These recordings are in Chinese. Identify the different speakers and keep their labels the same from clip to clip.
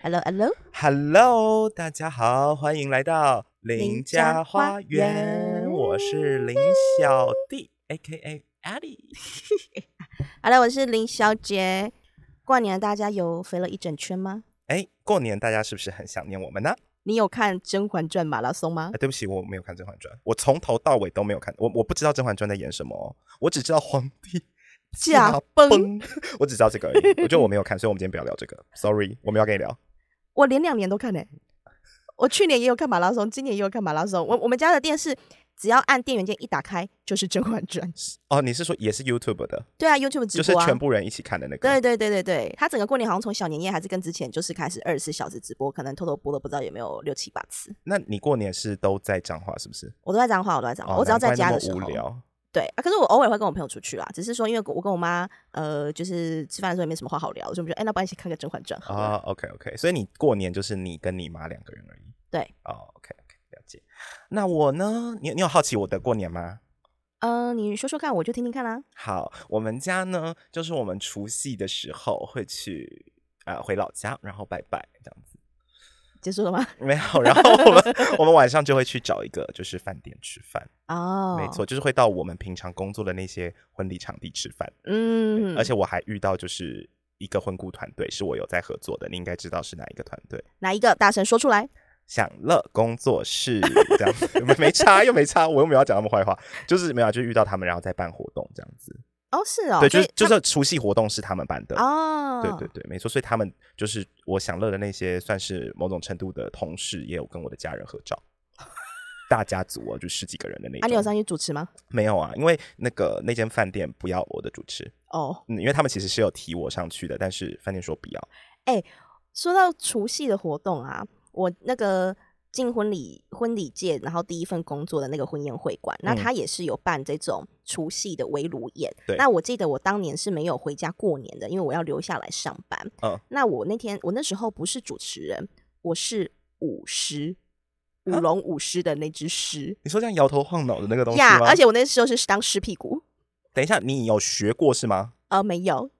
Speaker 1: Hello Hello，
Speaker 2: Hello，大家好，欢迎来到林
Speaker 1: 家
Speaker 2: 家
Speaker 1: 花
Speaker 2: 花园，
Speaker 1: 园
Speaker 2: 我是林小弟，A K A 阿丽。
Speaker 1: 好了，我是林小姐。过年大家有肥了一整圈吗？
Speaker 2: 哎，过年大家是不是很想念我们呢？
Speaker 1: 你有看《甄嬛传》马拉松吗
Speaker 2: 哎，？对不起，我没有看《甄嬛传》，我从头到尾都没有看，我我不知道《甄嬛传》在演什么哦，我只知道皇帝
Speaker 1: 驾崩，
Speaker 2: 我只知道这个而已。我觉得我没有看，所以我们今天不要聊这个，sorry，我们要跟你聊。
Speaker 1: 我连两年都看呢、我去年也有看马拉松，今年也有看马拉松。我我们家的电视只要按电源键一打开就是《甄嬛传》。
Speaker 2: 哦，你是说也是 YouTube 的，
Speaker 1: 对啊，YouTube
Speaker 2: 就
Speaker 1: 直
Speaker 2: 是
Speaker 1: 播啊。
Speaker 2: 全部人一起看的那个？
Speaker 1: 对对对对对，它整个过年好像从小年夜还是跟之前就是开始二十四小时直播，可能偷偷播了不知道有没有六七八次。
Speaker 2: 那你过年是都在彰化是不是？
Speaker 1: 我都在讲话，我都在讲话，
Speaker 2: 哦
Speaker 1: 我只要在
Speaker 2: 难怪
Speaker 1: 家的
Speaker 2: 那么
Speaker 1: 时候。
Speaker 2: 无聊。
Speaker 1: 对啊，可是我偶尔会跟我朋友出去啦，只是说因为我跟我妈呃，就是吃饭的时候也没什么话好聊，所以我们就哎、那不然一起看个《甄嬛传》好了。
Speaker 2: 啊、o k OK，所以你过年就是你跟你妈两个人而已。
Speaker 1: 对，
Speaker 2: 哦、o k OK，了解。那我呢？你你有好奇我的过年吗？
Speaker 1: 嗯、你说说看，我就听听看啦。
Speaker 2: 好，我们家呢，就是我们除夕的时候会去呃回老家，然后拜拜这样子。
Speaker 1: 结束了吗？
Speaker 2: 没有，然后我 们我们晚上就会去找一个就是饭店吃饭，
Speaker 1: 哦，
Speaker 2: 没错，，就是会到我们平常工作的那些婚礼场地吃饭。
Speaker 1: 嗯，
Speaker 2: 而且我还遇到就是一个婚顾团队，是我有在合作的，你应该知道是哪一个团队。
Speaker 1: 哪一个大声说出来？
Speaker 2: 享乐工作室这样子，没没差又没差，我又没有要讲他们坏话，就是没有啊，就是遇到他们，然后再办活动这样子。
Speaker 1: 哦，是哦，
Speaker 2: 对，就
Speaker 1: 所以
Speaker 2: 是就
Speaker 1: 他
Speaker 2: 是除夕活动是他们办的。
Speaker 1: 哦，
Speaker 2: 对对对，没错，所以他们就是我享乐的那些，算是某种程度的同事，也有跟我的家人合照，大家族哦，就十几个人的那
Speaker 1: 啊，你有
Speaker 2: 种。
Speaker 1: 上去主持吗？
Speaker 2: 没有啊，因为那个那间饭店不要我的主持，
Speaker 1: 哦，
Speaker 2: 嗯，因为他们其实是有提我上去的，但是饭店说不要。
Speaker 1: 说到除夕的活动啊，我那个进婚礼婚礼界，然后第一份工作的那个婚宴会馆，那
Speaker 2: 嗯
Speaker 1: 他也是有办这种除夕的围炉宴。
Speaker 2: 对
Speaker 1: 那我记得我当年是没有回家过年的，因为我要留下来上班。
Speaker 2: 嗯
Speaker 1: 那我那天我那时候不是主持人，我是舞狮，舞
Speaker 2: 啊
Speaker 1: 龙舞狮的那只狮
Speaker 2: 你说这样摇头晃脑的那个东西
Speaker 1: 呀。
Speaker 2: 吗？
Speaker 1: 而且我那时候是当狮屁股，
Speaker 2: 等一下，你有学过是吗？
Speaker 1: 呃，没有，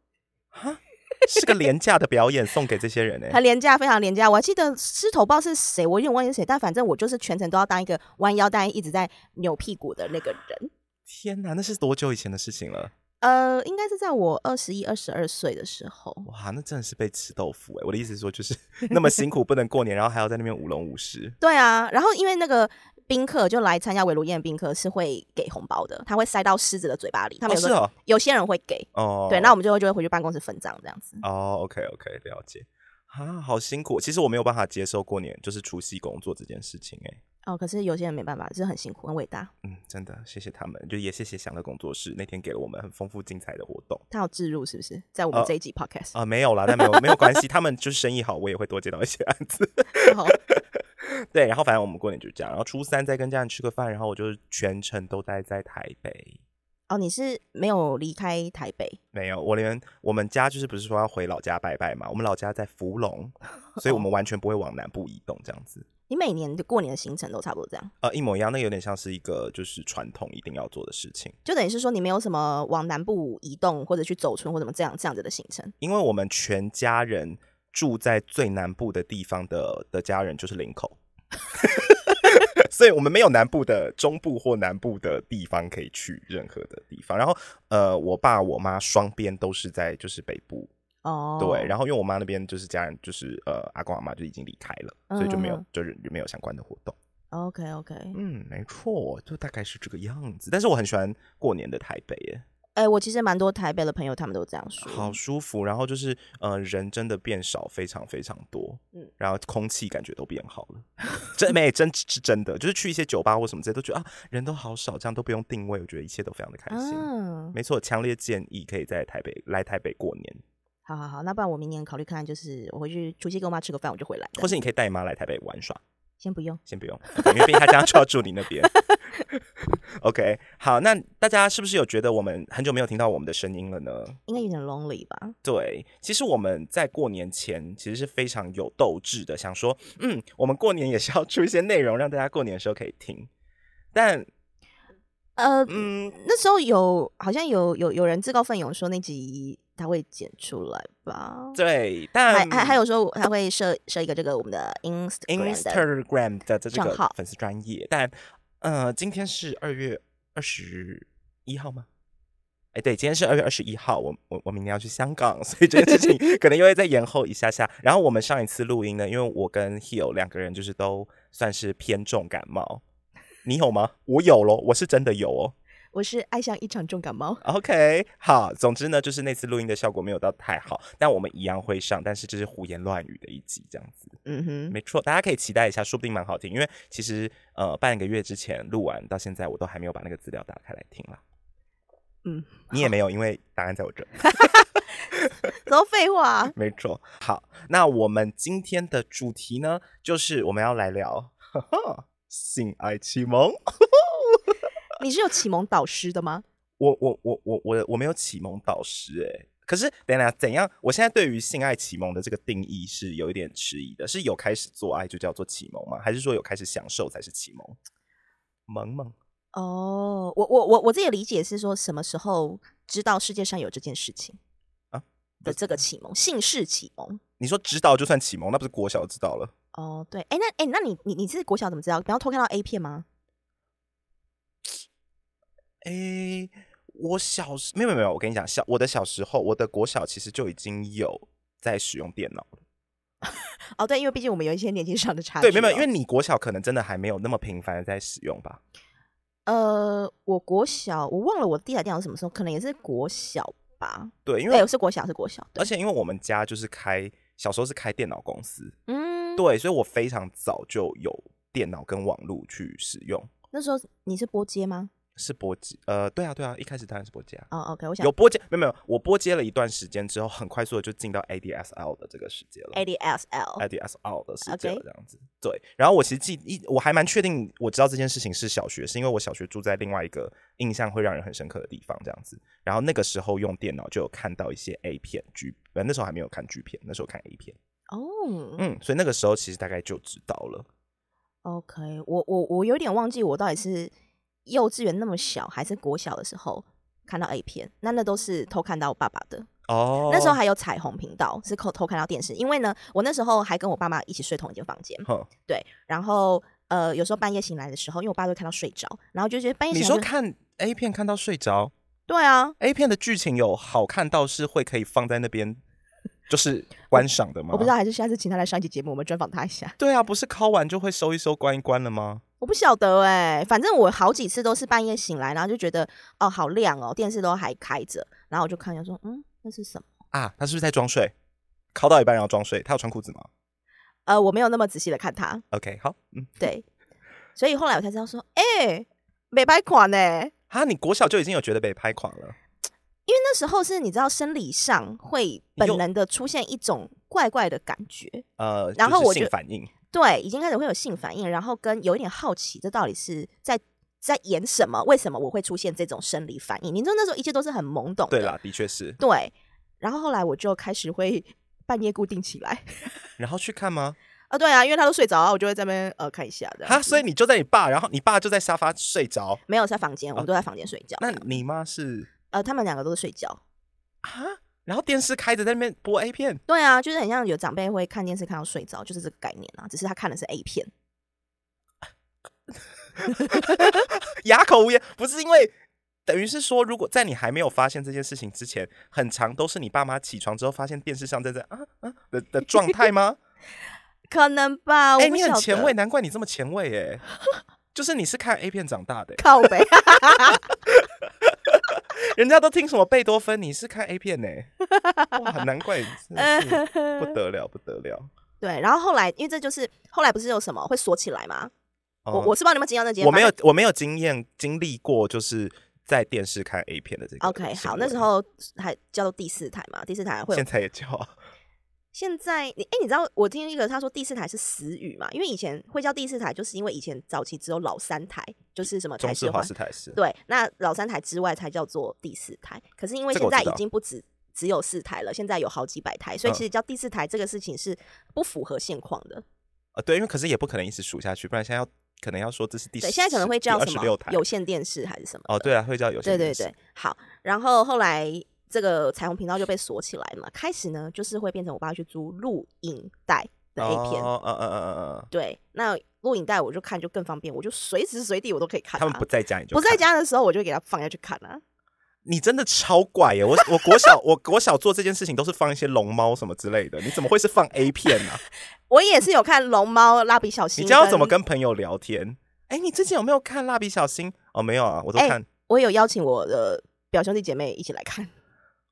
Speaker 2: 是个廉价的表演送给这些人呢、欸
Speaker 1: 很廉价，非常廉价。我还记得狮头豹是谁，我有点忘记是谁，但反正我就是全程都要当一个弯腰但一直在扭屁股的那个人。
Speaker 2: 天哪，那是多久以前的事情了？
Speaker 1: 呃，应该是在我二十一、二十二岁的时候。
Speaker 2: 哇，那真的是被吃豆腐哎、我的意思是 说，就是那么辛苦不能过年，然后还要在那边舞龙舞狮。
Speaker 1: 对啊，然后因为那个宾客就来参加围炉宴的宾客是会给红包的，他会塞到狮子的嘴巴里，他
Speaker 2: 哦，
Speaker 1: 们有
Speaker 2: 是
Speaker 1: 个、
Speaker 2: 哦，
Speaker 1: 有些人会给。
Speaker 2: 哦，
Speaker 1: 对，那我们就会就会回去办公室分账这样子。
Speaker 2: 哦，OK OK，了解。啊，好辛苦。其实我没有办法接受过年就是除夕工作这件事情哎、
Speaker 1: 哦，可是有些人没办法，就是很辛苦，很伟大，
Speaker 2: 嗯，真的，谢谢他们，就也谢谢享乐工作室那天给了我们很丰富精彩的活动
Speaker 1: 他有置入是不是？在我们
Speaker 2: 哦
Speaker 1: 这一集 podcast，、
Speaker 2: 啊、没有啦，但没有没有关系，他们就是生意好，我也会多接到一些案子。
Speaker 1: 好
Speaker 2: 对，然后反正我们过年就是这样，然后初三再跟家人吃个饭，然后我就是全程都待在台北。
Speaker 1: 哦，你是没有离开台北
Speaker 2: 没有，我连我们家就是不是说要回老家拜拜嘛？我们老家在福隆，所以我们完全不会往南部移动这样子。
Speaker 1: 你每年的过年的行程都差不多这样，
Speaker 2: 呃，一模一样，那有点像是一个就是传统一定要做的事情，
Speaker 1: 就等于是说你没有什么往南部移动或者去走村或者什么这样这样子的行程。
Speaker 2: 因为我们全家人住在最南部的地方的的家人就是林口， 所以我们没有南部的中部或南部的地方可以去任何的地方。然后呃，我爸我妈双边都是在就是北部，
Speaker 1: 哦，
Speaker 2: 对，然后因为我妈那边就是家人，就是呃阿公阿妈就已经离开了，所以就没有
Speaker 1: 嗯
Speaker 2: 就是没有相关的活动。
Speaker 1: 后 OK OK，
Speaker 2: 嗯，没错，就大概是这个样子。但是我很喜欢过年的台北耶，
Speaker 1: 哎、我其实蛮多台北的朋友，他们都这样说。
Speaker 2: 好舒服。然后就是呃人真的变少，非常非常多。
Speaker 1: 嗯
Speaker 2: 嗯，然后空气感觉都变好了，真没真是真的，就是去一些酒吧或什么之类，都觉得啊人都好少，这样都不用定位，我觉得一切都非常的开心。
Speaker 1: 嗯，
Speaker 2: 没错，强烈建议可以在台北来台北过年，
Speaker 1: 好好好，那不然我明年考虑看看，就是我回去除夕跟我妈吃个饭，我就回来了。
Speaker 2: 或是你可以带你妈来台北玩耍。
Speaker 1: 先不用，
Speaker 2: 先不用，因为毕竟他这样就要住你那边。OK，好，那大家是不是有觉得我们很久没有听到我们的声音了呢？
Speaker 1: 应该有点 lonely
Speaker 2: 嗯
Speaker 1: 吧？
Speaker 2: 对，其实我们在过年前其实是非常有斗志的，想说，嗯，我们过年也是要出一些内容，让大家过年的时候可以听。但，
Speaker 1: 呃，
Speaker 2: 嗯，
Speaker 1: 那时候有好像有有有人自告奋勇说那集它会剪出来吧。
Speaker 2: 对，
Speaker 1: 还
Speaker 2: 但
Speaker 1: 还还有说我，他会设设一个这个我们的 Instagram 的
Speaker 2: Instagram 的这这
Speaker 1: 账
Speaker 2: 个
Speaker 1: 号
Speaker 2: 粉丝专业，但呃，今天是二月二十一号吗？哎，对，今天是二月二十一号，我我我明天要去香港， 所以这 件事情可能又会再延后一下下。然后我们上一次录音呢，因为我跟 Hill 两个人就是都算是偏重感冒，你有吗？我有咯，我是真的有哦。
Speaker 1: 我是爱上一场重感冒，
Speaker 2: OK，好，总之呢，就是那次录音的效果没有到太好，但我们一样会上，但是这是胡言乱语的一集这样子。
Speaker 1: 嗯哼，
Speaker 2: 没错，大家可以期待一下，说不定蛮好听。因为其实呃，半个月之前录完到现在，我都还没有把那个资料打开来听啦。
Speaker 1: 嗯，
Speaker 2: 你也没有，因为答案在我这。
Speaker 1: 怎么废话啊、
Speaker 2: 没错，好，那我们今天的主题呢，就是我们要来聊 呵呵性爱启蒙。
Speaker 1: 你是有启蒙导师的吗？
Speaker 2: 我我我我我我没有启蒙导师哎、可是等一下怎样？我现在对于性爱启蒙的这个定义是有一点迟疑的，是有开始做爱就叫做启蒙吗？还是说有开始享受才是启蒙？萌萌。
Speaker 1: 哦，我我我我自己的理解是说，什么时候知道世界上有这件事情
Speaker 2: 啊
Speaker 1: 的这个启蒙，姓氏启蒙。
Speaker 2: 你说指导就算启蒙，那不是国小知道了？
Speaker 1: 哦，对，哎，那哎，那你你你是国小怎么知道？不要偷看到 A 片吗？
Speaker 2: 诶，我小时没有没有没有，我跟你讲，小我的小时候，我的国小其实就已经有在使用电脑了。
Speaker 1: 哦，对，因为毕竟我们有一些年纪上的差距
Speaker 2: 对，
Speaker 1: 哦。
Speaker 2: 没有没有，因为你国小可能真的还没有那么频繁的在使用吧？
Speaker 1: 呃，我国小我忘了我第一台电脑是什么时候，可能也是国小吧。
Speaker 2: 对，因为
Speaker 1: 对，是国小，是国小。对，
Speaker 2: 而且因为我们家就是开小时候是开电脑公司，
Speaker 1: 嗯，
Speaker 2: 对，所以我非常早就有电脑跟网络去使用，
Speaker 1: 那时候你是播接吗？
Speaker 2: 是拨接，呃，对啊对啊，一开始当然是拨接啊。
Speaker 1: 哦，OK，我想
Speaker 2: 有拨接，没有没有，我拨接了一段时间之后，很快速的就进到 ADSL 的这个世界了。
Speaker 1: ADSL。
Speaker 2: IDSL 的世界
Speaker 1: OK
Speaker 2: 了这样子。对，然后我其实记一，我还蛮确定我知道这件事情是小学，是因为我小学住在另外一个印象会让人很深刻的地方这样子。然后那个时候用电脑就有看到一些 A 片 G，呃那时候还没有看 G 片，那时候看 A 片。
Speaker 1: 哦
Speaker 2: 嗯，所以那个时候其实大概就知道了。
Speaker 1: ，OK，我我我有点忘记我到底是幼稚园那么小，还是国小的时候看到 A 片，那那都是偷看到爸爸的。
Speaker 2: 哦
Speaker 1: 那时候还有彩虹频道，是偷偷看到电视，因为呢，我那时候还跟我爸妈一起睡同一间房间，
Speaker 2: 哼，
Speaker 1: 对，然后。呃，有时候半夜醒来的时候，因为我爸都会看到睡着，然后就觉得半夜
Speaker 2: 你
Speaker 1: 醒来
Speaker 2: 说
Speaker 1: 就
Speaker 2: 看 A 片看到睡着
Speaker 1: 对啊，
Speaker 2: ，A 片的剧情有好看到是会可以放在那边就是观赏的吗？
Speaker 1: 我不知道，。还是下次请他来上一集节目，我们专访他一下。
Speaker 2: 对啊，不是敲完就会收一收、关一关了吗？
Speaker 1: 我不晓得哎、反正我好几次都是半夜醒来，然后就觉得哦好亮哦，电视都还开着，然后我就看一下说嗯那是什么？
Speaker 2: 啊，他是不是在装睡？考到一半然后装睡，他有穿裤子吗
Speaker 1: 呃，我没有那么仔细的看它，
Speaker 2: ？OK，好，嗯，
Speaker 1: 对，所以后来我才知道说哎美白款呢、
Speaker 2: 哈，啊你国小就已经有觉得被拍垮了，
Speaker 1: 因为那时候是你知道生理上会本
Speaker 2: 有
Speaker 1: 能的出现一种怪怪的感觉，
Speaker 2: 呃，
Speaker 1: 然
Speaker 2: 就
Speaker 1: 后
Speaker 2: 是
Speaker 1: 我
Speaker 2: 性
Speaker 1: 就
Speaker 2: 反应，
Speaker 1: 对，已经开始会有性反应，然后跟有一点好奇，这到底是在。在演什么？为什么我会出现这种生理反应？你知道那时候一切都是很懵懂的，
Speaker 2: 对啦，的确是。
Speaker 1: 对，然后后来我就开始会 半夜固定起来。
Speaker 2: 然后去看吗？啊
Speaker 1: 啊，对啊，因为他都睡着啊，我就会在那边呃看一下的。
Speaker 2: 哈，所以你就在你爸，然后你爸就在沙发睡着，
Speaker 1: 没有在房间，我们都在房间睡觉。
Speaker 2: 哦那你妈是
Speaker 1: 呃，他们两个都是睡觉。
Speaker 2: 啊，然后电视开着在那边播 A 片，
Speaker 1: 对啊，就是很像有长辈会看电视看到睡着，就是这个概念啊。只是他看的是 A 片，
Speaker 2: 哑口无言，不是因为。等于是说，如果在你还没有发现这件事情之前，很长都是你爸妈起床之后发现电视上在在啊啊的的状 态吗？
Speaker 1: 可能吧？啊
Speaker 2: 哎、
Speaker 1: 我不
Speaker 2: 你
Speaker 1: 晓
Speaker 2: 很
Speaker 1: 得
Speaker 2: 前卫，，难怪你这么前卫哎、 就是你是看 A 片长大的、
Speaker 1: 靠呗。
Speaker 2: 人家都听什么贝多芬，你是看 A 片呢、 哇，难怪你真的 是不得了，不得了。
Speaker 1: 对，然后后来因为这就是后来不是有什么会锁起来吗？
Speaker 2: 哦
Speaker 1: 我我是不知道你们经到那节，
Speaker 2: 我没有
Speaker 1: 反正。
Speaker 2: 我没有经验经历过，就是在电视看 A 片的这个
Speaker 1: OK，
Speaker 2: 行
Speaker 1: 好，
Speaker 2: 为
Speaker 1: 那时候还叫做第四台嘛，第四台会有
Speaker 2: 嗯
Speaker 1: 哦
Speaker 2: 现在 也叫啊
Speaker 1: 现在你哎、你知道我听一个他说第四台是死语嘛？因为以前会叫第四台，就是因为以前早期只有老三台，就是什么台
Speaker 2: 中
Speaker 1: 视
Speaker 2: 式、
Speaker 1: 华
Speaker 2: 华式、台式。
Speaker 1: 对，那老三台之外才叫做第四台。可是因为
Speaker 2: 这个
Speaker 1: 现
Speaker 2: 我
Speaker 1: 在
Speaker 2: 知
Speaker 1: 已
Speaker 2: 道
Speaker 1: 经不止只有四台了，现在有好几百台，所以
Speaker 2: 嗯
Speaker 1: 其实叫第四台这个事情是不符合现况的。
Speaker 2: 呃，对，因为可是也不可能一直数下去，不然现在要可能要说这是第
Speaker 1: 对，现在可能会叫
Speaker 2: 二
Speaker 1: 什
Speaker 2: 十
Speaker 1: 么
Speaker 2: 六台哦
Speaker 1: 有线电视还是什么的？
Speaker 2: 哦，对啊，会叫有线
Speaker 1: 对对
Speaker 2: 电视
Speaker 1: 对，好。然后后来这个彩虹频道就被锁起来嘛。开始呢，就是会变成我爸去租录影带的 A 片，
Speaker 2: 哦，嗯嗯嗯嗯嗯，
Speaker 1: 对，那录影带我就看就更方便，我就随时随地我都可以看、啊。
Speaker 2: 他们不在家你就
Speaker 1: 不在
Speaker 2: 看，
Speaker 1: 家的时候，我就给他放下去看啊。
Speaker 2: 你真的超怪耶！我 我国小我国小做这件事情都是放一些龙猫什么之类的，你怎么会是放 A 片啊呢、
Speaker 1: 我也是有看《龙猫》《蜡笔小新》，
Speaker 2: 你这样要怎么？跟朋友聊天？哎、你之前有没有看蜡笔小新？哦，没有啊，我都
Speaker 1: 哎
Speaker 2: 看。
Speaker 1: 我有邀请我的表兄弟姐妹一起来看，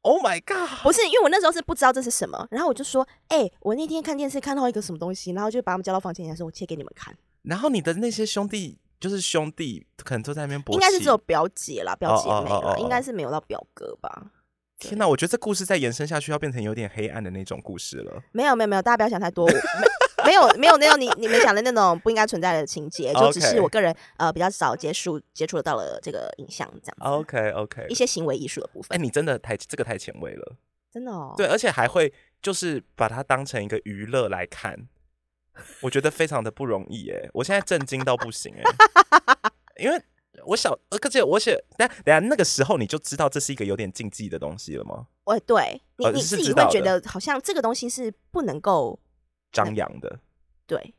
Speaker 2: oh my god！
Speaker 1: 不是因为我那时候是不知道这是什么，然后我就说，哎、我那天看电视看到一个什么东西，然后就把他们叫到房间来说，我切给你们看。
Speaker 2: 然后你的那些兄弟就是兄弟，可能都在那边勃起。
Speaker 1: 应该是只有表姐啦，表姐妹啦，
Speaker 2: 哦哦哦哦
Speaker 1: 应该是没有到表哥吧？
Speaker 2: 天哪！我觉得这故事再延伸下去，要变成有点黑暗的那种故事了。
Speaker 1: 没有没有没有，大家不要想太多，我没 没有没有那种你你们讲的那种不应该存在的情节，就只是
Speaker 2: OK
Speaker 1: 我个人呃比较少接触接触到了这个影像这样子
Speaker 2: OK OK，
Speaker 1: 一些行为艺术的部
Speaker 2: 哦哎、
Speaker 1: 分，
Speaker 2: 你真的太这个太前卫了。
Speaker 1: 真的哦，
Speaker 2: 对，，而且还会就是把它当成一个娱乐来看，我觉得非常的不容易哎，我现在震惊到不行哎，因为我小，而且我写，等下等下那个时候你就知道这是一个有点禁忌的东西了吗？
Speaker 1: 我对你、
Speaker 2: 呃
Speaker 1: 你
Speaker 2: 是
Speaker 1: 自己
Speaker 2: 知
Speaker 1: 会
Speaker 2: 道
Speaker 1: 觉
Speaker 2: 的
Speaker 1: 得好像这个东西是不能够嗯
Speaker 2: 张扬的
Speaker 1: 对，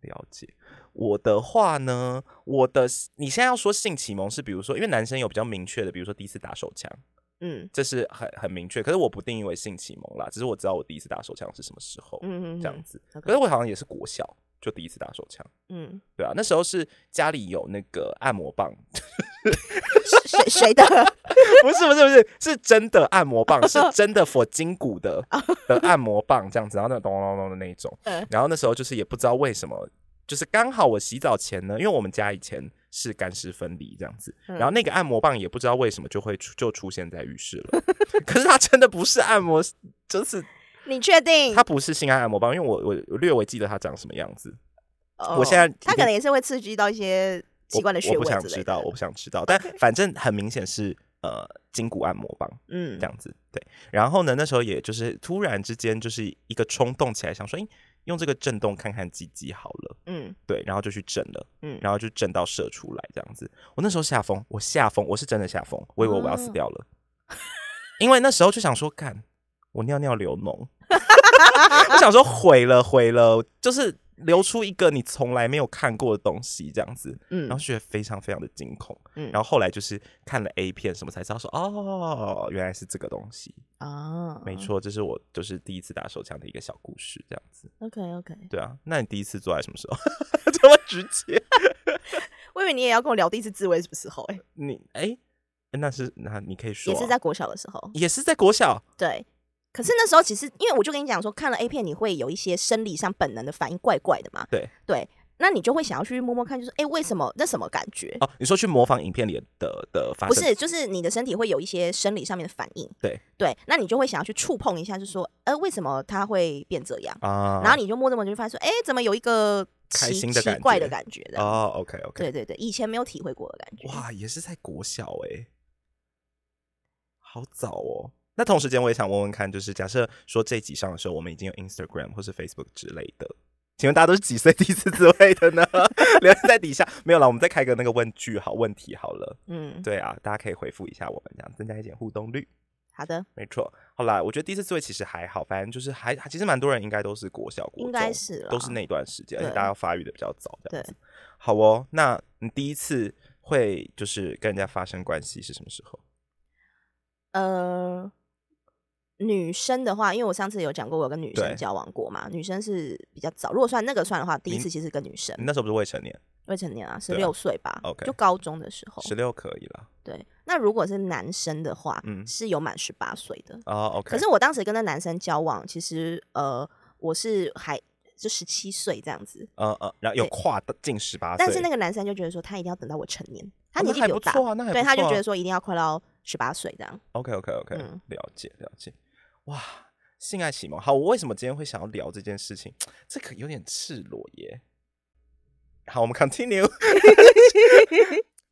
Speaker 2: 了解。我的话呢，我的你现在要说性启蒙是，比如说，因为男生有比较明确的，比如说第一次打手枪，
Speaker 1: 嗯
Speaker 2: 这是很很明确。可是我不定义为性启蒙啦，只是我知道我第一次打手枪是什么时候，
Speaker 1: 嗯嗯，
Speaker 2: 这样子。
Speaker 1: OK
Speaker 2: 可是我好像也是国小就第一次打手枪。
Speaker 1: 嗯，
Speaker 2: 对啊，那时候是家里有那个按摩棒，
Speaker 1: 谁谁的
Speaker 2: 不是不是不是，是真的按摩棒，是真的 for 筋骨的的按摩棒这样子，然后那种咚咚咚的那一种
Speaker 1: 哦嗯。
Speaker 2: 然后那时候就是也不知道为什么，就是刚好我洗澡前呢，因为我们家以前是干湿分离这样子，
Speaker 1: 嗯
Speaker 2: 然后那个按摩棒也不知道为什么就会出就出现在浴室了。 可是它真的不是按摩，就是
Speaker 1: 你确定
Speaker 2: 它？不是性爱按摩棒，因为我我我略微记得它长什么样子，
Speaker 1: 哦
Speaker 2: 我现在
Speaker 1: 他可能也是会刺激到一些
Speaker 2: 我
Speaker 1: 奇怪的穴
Speaker 2: 我
Speaker 1: 位
Speaker 2: 不
Speaker 1: 之类
Speaker 2: 想
Speaker 1: 的，
Speaker 2: 知道，我不想知道，但反正很明显是呃筋骨按摩棒。
Speaker 1: 嗯
Speaker 2: 这样子。对，然后呢，那时候也就是突然之间就是一个冲动起来，想说，哎、用这个震动看看鸡鸡好了。
Speaker 1: 嗯
Speaker 2: 对，然后就去震了，
Speaker 1: 嗯
Speaker 2: 然后就震到射出来这样子。我那时候吓疯，我吓疯，我是真的吓疯，我以为我要死
Speaker 1: 哦
Speaker 2: 掉了，因为那时候就想说，干，我尿尿流脓， 我想说毁了毁了，就是流出一个你从来没有看过的东西这样子。
Speaker 1: 嗯，
Speaker 2: 然后觉得非常非常的惊恐，
Speaker 1: 嗯
Speaker 2: 然后后来就是看了 A 片什么才知道说哦，原来是这个东西，
Speaker 1: 啊，
Speaker 2: 没错，这是我就是第一次打手枪的一个小故事，这样子。
Speaker 1: ，OK OK，
Speaker 2: 对啊，那你第一次做爱什么时候？ 这么直接？
Speaker 1: 我以为你也要跟我聊第一次自慰是什么时候、欸？哎，
Speaker 2: 你哎、那是那你可以说
Speaker 1: 也
Speaker 2: 啊、
Speaker 1: 是在国小的时候，
Speaker 2: 也是在国小
Speaker 1: 对。可是那时候其实，因为我就跟你讲说，看了 A 片你会有一些生理上本能的反应，怪怪的嘛。
Speaker 2: 对
Speaker 1: 对，那你就会想要去摸摸看，就是哎、诶为什么那什么感觉？
Speaker 2: 哦。你说去模仿影片里的的发
Speaker 1: 嗯不
Speaker 2: 生，
Speaker 1: 是，就是你的身体会有一些生理上面的反应。
Speaker 2: 对
Speaker 1: 对，那你就会想要去触碰一下，就说呃，为什么它会变这样？
Speaker 2: 啊？
Speaker 1: 然后你就摸着摸着就发现说，哎、怎么有一个
Speaker 2: 开
Speaker 1: 奇
Speaker 2: 心的
Speaker 1: 奇
Speaker 2: 感
Speaker 1: 怪
Speaker 2: 觉
Speaker 1: 的感觉的？
Speaker 2: 哦，OK OK，
Speaker 1: 对对对，以前没有体会过的感觉。
Speaker 2: 哇，也是在国小哎、好早哦。那同时间我也想问问看，就是假设说这一集上的时候，我们已经有 Instagram 或是 Facebook 之类的，请问大家都是几岁第一次自慰的呢？ 留言在底下没有啦，我们再开个那个问句好问题好了。
Speaker 1: 嗯，
Speaker 2: 对啊，大家可以回复一下我们，这样增加一点互动率。
Speaker 1: 好的，
Speaker 2: 没错，好啦，我觉得第一次自慰其实还好，反正就是还其实蛮多人应该都是国小、国
Speaker 1: 应该
Speaker 2: 中
Speaker 1: 是啦
Speaker 2: 都是那段时间，而且
Speaker 1: 啊对
Speaker 2: 大家发育的比较早，这样
Speaker 1: 对
Speaker 2: 子。好哦，那你第一次会就是跟人家发生关系是什么时候？
Speaker 1: 呃，女生的话，因为我上次有讲过，我有跟女
Speaker 2: 对
Speaker 1: 生交往过嘛，女生是比较早。如果算那个算的话，第一
Speaker 2: 你
Speaker 1: 次其实跟女生
Speaker 2: 你那时候不是未成年，
Speaker 1: 未成年啊，十
Speaker 2: 对啊
Speaker 1: 六岁吧
Speaker 2: OK
Speaker 1: 就高中的时候。
Speaker 2: 十六可以了。
Speaker 1: 对，那如果是男生的话，
Speaker 2: 嗯
Speaker 1: 是有满十八岁的。
Speaker 2: 哦，OK、o k
Speaker 1: 可是我当时跟那男生交往，其实呃，我是还就十七岁这样子，
Speaker 2: 呃呃，然后有跨到近十八岁，
Speaker 1: 但是那个男生就觉得说他一定要等到我成年，他
Speaker 2: 啊哦那
Speaker 1: 年纪
Speaker 2: 还
Speaker 1: 比我
Speaker 2: 不
Speaker 1: 大，
Speaker 2: 错啊那还
Speaker 1: 对，
Speaker 2: 不
Speaker 1: 他就
Speaker 2: 错啊
Speaker 1: 觉得说一定要快到十八岁这样。
Speaker 2: OK OK OK，、
Speaker 1: 嗯
Speaker 2: 了解了解。哇，性爱启蒙，好，我为什么今天会想要聊这件事情？这可有点赤裸耶。好，我们 continue。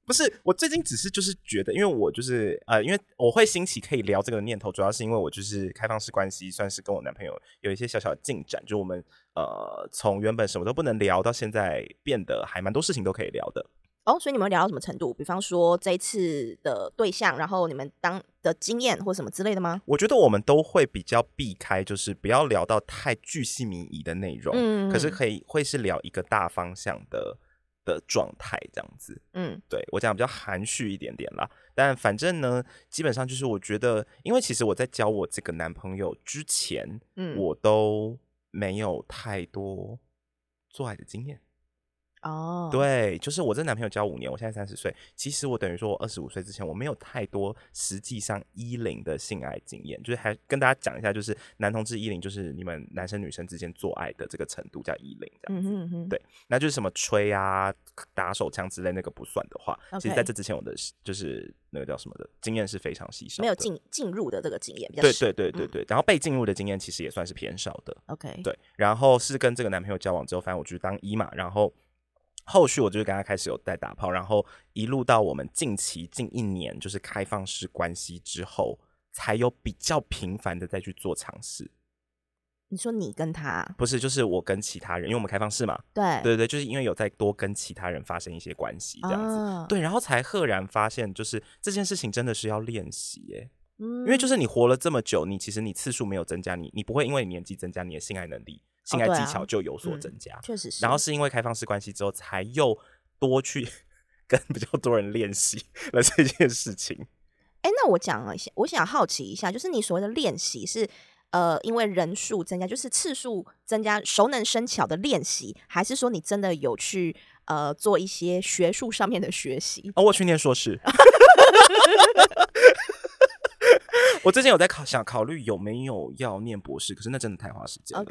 Speaker 2: 不是，我最近只是就是觉得，因为我就是呃，因为我会兴起可以聊这个念头，主要是因为我就是开放式关系，算是跟我男朋友有一些小小的进展，就我们呃从原本什么都不能聊，到现在变得还蛮多事情都可以聊的。
Speaker 1: 哦，所以你们聊到什么程度？比方说这一次的对象，然后你们当的经验或什么之类的吗？
Speaker 2: 我觉得我们都会比较避开，就是不要聊到太巨细靡遗的内容，
Speaker 1: 嗯
Speaker 2: 可是可以会是聊一个大方向的的状态这样子。
Speaker 1: 嗯
Speaker 2: 对我讲比较含蓄一点点啦，但反正呢，基本上就是我觉得，因为其实我在交我这个男朋友之前，
Speaker 1: 嗯，
Speaker 2: 我都没有太多做爱的经验。
Speaker 1: 哦，，
Speaker 2: 对，就是我这男朋友交五年，我现在三十岁，其实我等于说我二十五岁之前，我没有太多实际上一零的性爱经验，就是还跟大家讲一下，就是男同志一零，就是你们男生女生之间做爱的这个程度叫一零这样。
Speaker 1: 嗯哼嗯哼，
Speaker 2: 对那就是什么吹啊、打手枪之类那个不算的话其实
Speaker 1: OK
Speaker 2: 在这之前我的是就是那个叫什么的经验是非常稀少的，
Speaker 1: 没有进进入的这个经验比较
Speaker 2: 对
Speaker 1: 少
Speaker 2: 对对对
Speaker 1: 嗯
Speaker 2: 对，然后被进入的经验其实也算是偏少的，
Speaker 1: ，OK，
Speaker 2: 对，然后是跟这个男朋友交往之后，反正我就是当一嘛，然后后续我就是跟他开始有在打炮，然后一路到我们近期近一年就是开放式关系之后，才有比较频繁的再去做尝试，
Speaker 1: 你说你跟他，
Speaker 2: 不是就是我跟其他人，因为我们开放式嘛，
Speaker 1: 对
Speaker 2: 对对对，就是因为有在多跟其他人发生一些关系这样子，
Speaker 1: 啊，
Speaker 2: 对，然后才赫然发现，就是这件事情真的是要练习耶、
Speaker 1: 嗯，
Speaker 2: 因为就是你活了这么久，你其实你次数没有增加，你你不会因为你年纪增加，你的性爱能力、性爱
Speaker 1: 对
Speaker 2: 技
Speaker 1: 啊
Speaker 2: 巧就有所
Speaker 1: 嗯
Speaker 2: 增加。
Speaker 1: 确实是，
Speaker 2: 然后是因为开放式关系之后，才又多去 跟比较多人练习 了这件事情。
Speaker 1: 哎，那我讲了一下，我想好奇一下，就是你所谓的练习是，呃，因为人数增加，就是次数增加，熟能生巧的练习，还是说你真的有去呃做一些学术上面的学习？
Speaker 2: 哦，我去念硕士。 我最近有在考，想考虑有没有要念博士，可是那真的太花时间了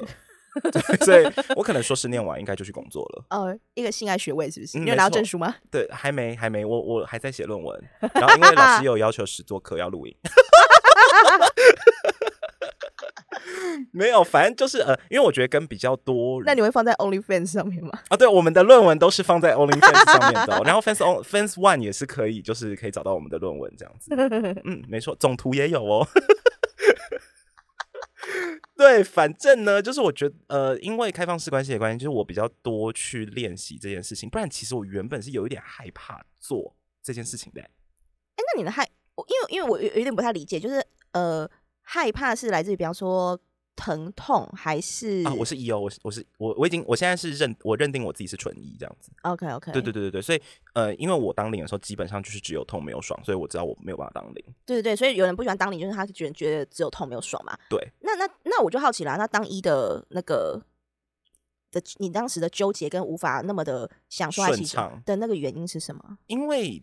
Speaker 2: 对所以我可能硕士念完应该就去工作了。
Speaker 1: 呃，一个性爱学位是不是？
Speaker 2: 嗯
Speaker 1: 你有
Speaker 2: 没
Speaker 1: 拿到
Speaker 2: 错
Speaker 1: 证书吗？
Speaker 2: 对，还没，还没，我我还在写论文，然后因为老师有要求十做课要录影， 没有，反正就是呃，因为我觉得跟比较多人
Speaker 1: 那你会放在 OnlyFans 上面吗？
Speaker 2: 啊，对，我们的论文都是放在 OnlyFans 上面的哦、然 后 Fans On Fans One 也是可以，就是可以找到我们的论文这样子。嗯，没错，总图也有哦。 对，反正呢，就是我觉得，呃，因为开放式关系的关系，就是我比较多去练习这件事情，不然其实我原本是有一点害怕做这件事情的欸。
Speaker 1: 哎，那你的害，我因为因为我有有点不太理解，就是呃，害怕是来自于比方说疼痛，还是
Speaker 2: 啊，我是 E 哦，我是我是我我已经我现在是认我认定我自己是纯 E 这样子。
Speaker 1: OK OK
Speaker 2: 对对对对对，所以呃，因为我当零的时候基本上就是只有痛没有爽，所以我知道我没有办法当零。
Speaker 1: 对对对，所以有人不喜欢当零，就是他觉得觉得只有痛没有爽嘛。
Speaker 2: 对，
Speaker 1: 那那那我就好奇啦，那当一的那个的你当时的纠结跟无法那么的享受爱
Speaker 2: 顺
Speaker 1: 其中
Speaker 2: 畅
Speaker 1: 的那个原因是什么？
Speaker 2: 因为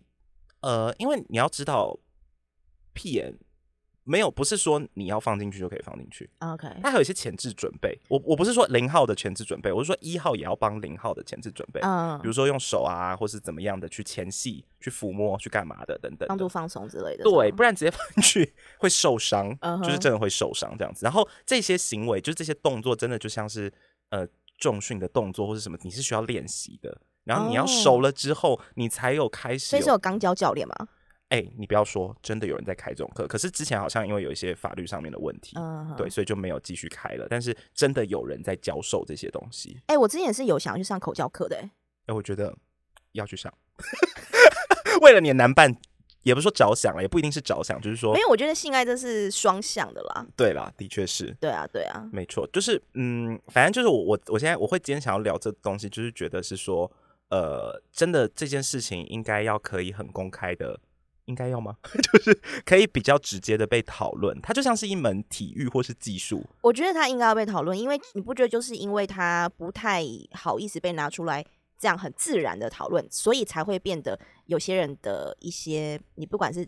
Speaker 2: 呃，因为你要知道，屁眼没有不是说你要放进去就可以放进去，
Speaker 1: 啊 OK，
Speaker 2: 它还有一些前置准备。我我不是说零号的前置准备，我是说一号也要帮零号的前置准备，
Speaker 1: 嗯
Speaker 2: 比，如说用手啊，或是怎么样的去前戏、去抚摸、去干嘛的等等的
Speaker 1: 帮助放松之类的这种。
Speaker 2: 对，不然直接放 进去会受伤
Speaker 1: 嗯
Speaker 2: 就是
Speaker 1: 哼
Speaker 2: 真的会受伤这样子。然后这些行为，就是这些动作，真的就像是呃重训的动作或是什么，你是需要练习的。然后你要熟
Speaker 1: 哦
Speaker 2: 了之后，你才有开始
Speaker 1: 所以
Speaker 2: 有
Speaker 1: 是有刚教教练嘛？
Speaker 2: 哎、你不要说，真的有人在开这种课，可是之前好像因为有一些法律上面的问题，
Speaker 1: 嗯，
Speaker 2: 对，。所以就没有继续开了。但是真的有人在教授这些东西，
Speaker 1: 哎、我之前也是有想要去上口教课的、欸，
Speaker 2: 哎、我觉得要去上， 为了你的男伴，也不是说着想啊了，也不一定是着想，就是说
Speaker 1: 因，为我觉得性爱这是双向的啦。
Speaker 2: 对啦，的确是。
Speaker 1: 对啊，对啊，
Speaker 2: 没错，就是嗯，反正就是我我我现在我会今天想要聊这东西，就是觉得是说，呃，真的这件事情应该要可以很公开的，应该要吗？ 就是可以比较直接的被讨论，它就像是一门体育或是技术，
Speaker 1: 我觉得他应该要被讨论，因为你不觉得就是因为他不太好意思被拿出来这样很自然的讨论，所以才会变得有些人的一些你不管是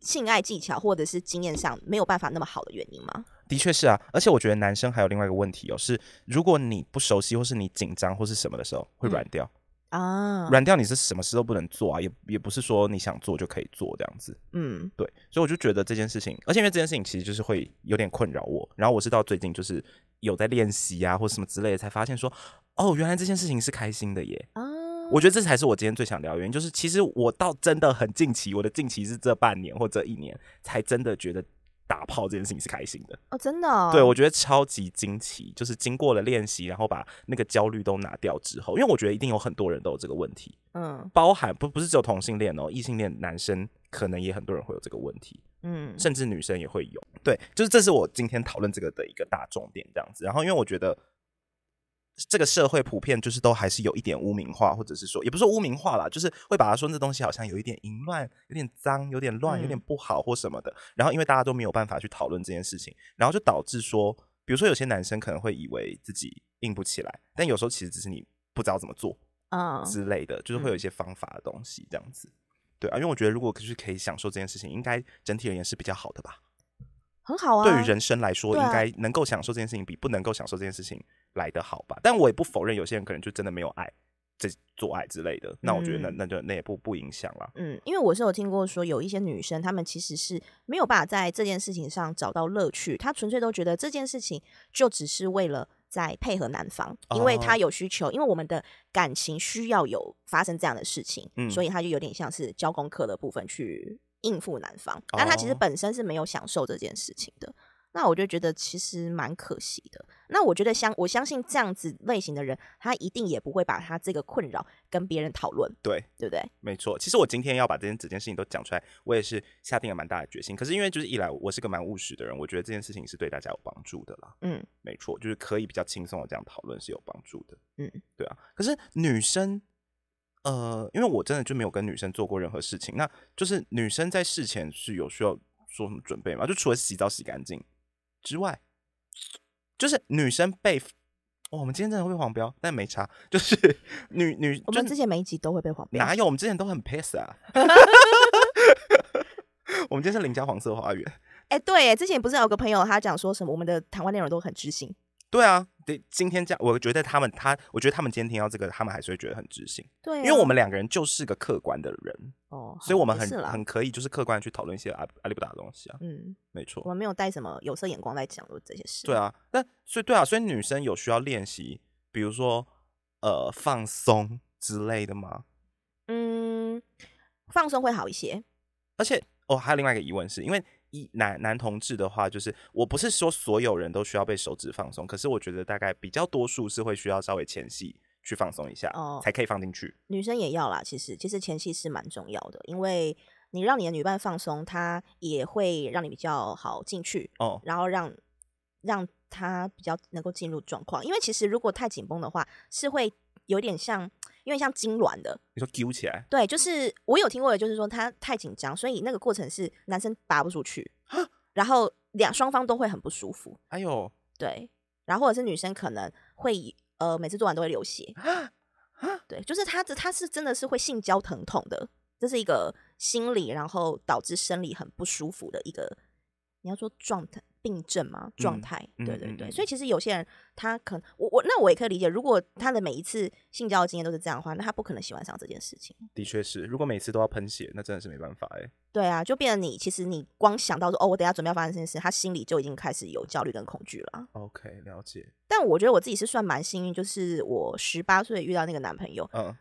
Speaker 1: 性爱技巧或者是经验上没有办法那么好的原因吗？
Speaker 2: 的确是啊。而且我觉得男生还有另外一个问题哦，是如果你不熟悉或是你紧张或是什么的时候，会
Speaker 1: 嗯
Speaker 2: 软掉，
Speaker 1: 啊，
Speaker 2: 软掉你是什么事都不能做啊，也也不是说你想做就可以做这样子。
Speaker 1: 嗯，
Speaker 2: 对，所以我就觉得这件事情，而且因为这件事情其实就是会有点困扰我，然后我是到最近就是有在练习啊或什么之类的，才发现说，哦，原来这件事情是开心的耶。
Speaker 1: 啊，
Speaker 2: 我觉得这才是我今天最想聊的原因，就是其实我到真的很近期，我的近期是这半年或这一年，才真的觉得打炮这件事情是开心的。
Speaker 1: 哦，真的、哦，
Speaker 2: 对，我觉得超级惊奇，就是经过了练习，然后把那个焦虑都拿掉之后，因为我觉得一定有很多人都有这个问题，
Speaker 1: 嗯
Speaker 2: 包含不不是只有同性恋哦，异性恋男生可能也很多人会有这个问题，
Speaker 1: 嗯
Speaker 2: 甚至女生也会有。对，就是这是我今天讨论这个的一个大重点，这样子。然后因为我觉得这个社会普遍就是都还是有一点污名化，或者是说也不是说污名化啦，就是会把它说这东西好像有一点淫乱、有点脏、有点乱、有点不好或什么的。然后因为大家都没有办法去讨论这件事情，然后就导致说，比如说有些男生可能会以为自己硬不起来，但有时候其实只是你不知道怎么做。
Speaker 1: 嗯，
Speaker 2: 之类的，就是会有一些方法的东西这样子。对啊，因为我觉得如果就是可以享受这件事情，应该整体而言是比较好的吧。
Speaker 1: 很好啊。
Speaker 2: 对于人生来说，
Speaker 1: 对啊
Speaker 2: 应该能够享受这件事情比不能够享受这件事情来得好吧。但我也不否认有些人可能就真的没有爱，这做爱之类的。那我觉得那
Speaker 1: 嗯
Speaker 2: 那就那也不不影响啦。
Speaker 1: 嗯，因为我是有听过说有一些女生，她们其实是没有办法在这件事情上找到乐趣，她纯粹都觉得这件事情就只是为了在配合男方，因为她
Speaker 2: 哦
Speaker 1: 有需求，因为我们的感情需要有发生这样的事情，
Speaker 2: 嗯
Speaker 1: 所以她就有点像是交功课的部分去应付男方，但她其实
Speaker 2: 哦
Speaker 1: 本身是没有享受这件事情的。那我就觉得其实蛮可惜的。那我觉得相我相信这样子类型的人，他一定也不会把他这个困扰跟别人讨论，
Speaker 2: 对，
Speaker 1: 对不对？
Speaker 2: 没错。其实我今天要把这件整件事情都讲出来，我也是下定了蛮大的决心。可是因为就是一来我是个蛮务实的人，我觉得这件事情是对大家有帮助的啦。
Speaker 1: 嗯，
Speaker 2: 没错，就是可以比较轻松的这样讨论是有帮助的。
Speaker 1: 嗯，
Speaker 2: 对啊。可是女生，呃，因为我真的就没有跟女生做过任何事情，那就是女生在事前是有需要做什么准备吗？就除了洗澡洗干净之外，就是女生被、哦我们今天真的会被黄标，但没差，就是 女女
Speaker 1: 我
Speaker 2: 就
Speaker 1: 们之前每一集都会被黄标。
Speaker 2: 哪有？我们之前都很 piss 啊。我们今天是邻家黄色花园。
Speaker 1: 哎、对耶，之前不是有个朋友他讲说什么，我们的谈话内容都很知性。
Speaker 2: 对啊，对，今天这样，我觉得他们他，我觉得他们今天听到这个，他们还是会觉得很知性，
Speaker 1: 对啊、
Speaker 2: 因为我们两个人就是个客观的人，
Speaker 1: 哦，好
Speaker 2: 所以我们
Speaker 1: 也
Speaker 2: 很
Speaker 1: 是啦
Speaker 2: 很可以就是客观地去讨论一些阿阿里不达的东西啊，
Speaker 1: 嗯，
Speaker 2: 没
Speaker 1: 我
Speaker 2: 错，
Speaker 1: 们没有带什么有色眼光来讲这些事。
Speaker 2: 对啊，那所以对啊，所以女生有需要练习，比如说呃放松之类的吗？
Speaker 1: 嗯，放松会好一些。
Speaker 2: 而且哦，还有另外一个疑问是，因为一男男同志的话，就是我不是说所有人都需要被手指放松，可是我觉得大概比较多数是会需要稍微前戏去放松一下，
Speaker 1: 哦
Speaker 2: 才可以放进去。
Speaker 1: 女生也要啦，其实其实前期是蛮重要的，因为你让你的女伴放松，她也会让你比较好进去，
Speaker 2: 哦，
Speaker 1: 然后让让她比较能够进入状况。因为其实如果太紧绷的话，是会有点像有点像痉挛的，
Speaker 2: 你说揪起来。
Speaker 1: 对，就是我有听过的，就是说他太紧张，所以那个过程是男生拔不出去，然后两双方都会很不舒服，
Speaker 2: 哎呦，
Speaker 1: 对，然后或者是女生可能会呃每次做完都会流血，对，就是他这他是真的是会性交疼痛的，这是一个心理然后导致生理很不舒服的一个，你要说状态病症吗？状
Speaker 2: 嗯
Speaker 1: 态，
Speaker 2: 嗯
Speaker 1: 对对
Speaker 2: 嗯
Speaker 1: 对，
Speaker 2: 嗯
Speaker 1: 所以其实有些人他可能我我那我也可以理解，如果他的每一次性交的经验都是这样的话，那他不可能喜欢上这件事情。
Speaker 2: 的确是，如果每次都要喷血，那真的是没办法哎、
Speaker 1: 对啊，就变成你其实你光想到说哦，我等一下准备要发生这件事，他心里就已经开始有焦虑跟恐惧了啊。
Speaker 2: OK，了解。
Speaker 1: 但我觉得我自己是算蛮幸运，就是我十八岁遇到那个男朋友
Speaker 2: 嗯，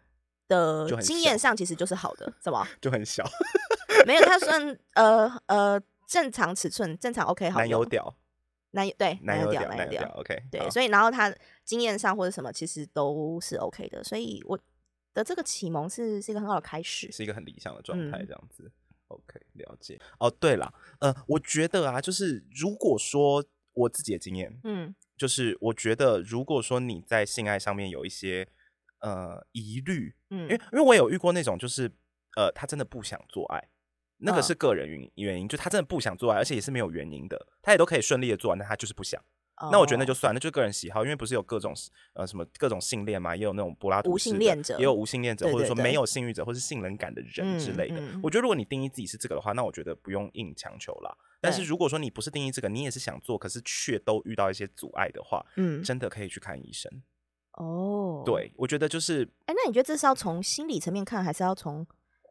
Speaker 1: 的
Speaker 2: 就很
Speaker 1: 经
Speaker 2: 小
Speaker 1: 验上其实就是好的，什么
Speaker 2: 就 很小，
Speaker 1: 没有他算呃呃正常尺寸，正常 OK 好
Speaker 2: 男友
Speaker 1: 用，
Speaker 2: 屌，
Speaker 1: 男友对男
Speaker 2: 男友
Speaker 1: 屌
Speaker 2: 屌，
Speaker 1: 男
Speaker 2: 男友屌。OK，
Speaker 1: 对，
Speaker 2: 好
Speaker 1: 所以然后他经验上或者什么其实都是 OK 的，所以我的这个启蒙是是一个很好的开始。
Speaker 2: 是一个很理想的状态，
Speaker 1: 嗯
Speaker 2: 这样子。OK，了解。哦，对了，呃，我觉得啊，就是如果说我自己的经验，
Speaker 1: 嗯
Speaker 2: 就是我觉得如果说你在性爱上面有一些呃疑虑，因为
Speaker 1: 嗯
Speaker 2: 因为我有遇过那种就是呃，他真的不想做爱，那个
Speaker 1: 嗯
Speaker 2: 是个人原因原因，就他真的不想做爱，而且也是没有原因的，他也都可以顺利的做完，但他就是不想。那我觉得那就
Speaker 1: 哦
Speaker 2: 算，那就个人喜好，因为不是有各种呃什么各种性恋嘛，也有那种柏拉图
Speaker 1: 无
Speaker 2: 式
Speaker 1: 性
Speaker 2: 的
Speaker 1: 恋者
Speaker 2: 也有无性恋者，
Speaker 1: 对
Speaker 2: 或者
Speaker 1: 对
Speaker 2: 说
Speaker 1: 对
Speaker 2: 没有性欲者或是性冷感的人之
Speaker 1: 嗯
Speaker 2: 类的。
Speaker 1: 嗯
Speaker 2: 我觉得如果你定义自己是这个的话，那我觉得不用硬强求啦。但是
Speaker 1: 对
Speaker 2: 如果说你不是定义这个，你也是想做，可是却都遇到一些阻碍的话，
Speaker 1: 嗯
Speaker 2: 真的可以去看医生。
Speaker 1: 哦
Speaker 2: 对，我觉得就是
Speaker 1: 哎，那你觉得这是要从心理层面看，还是要从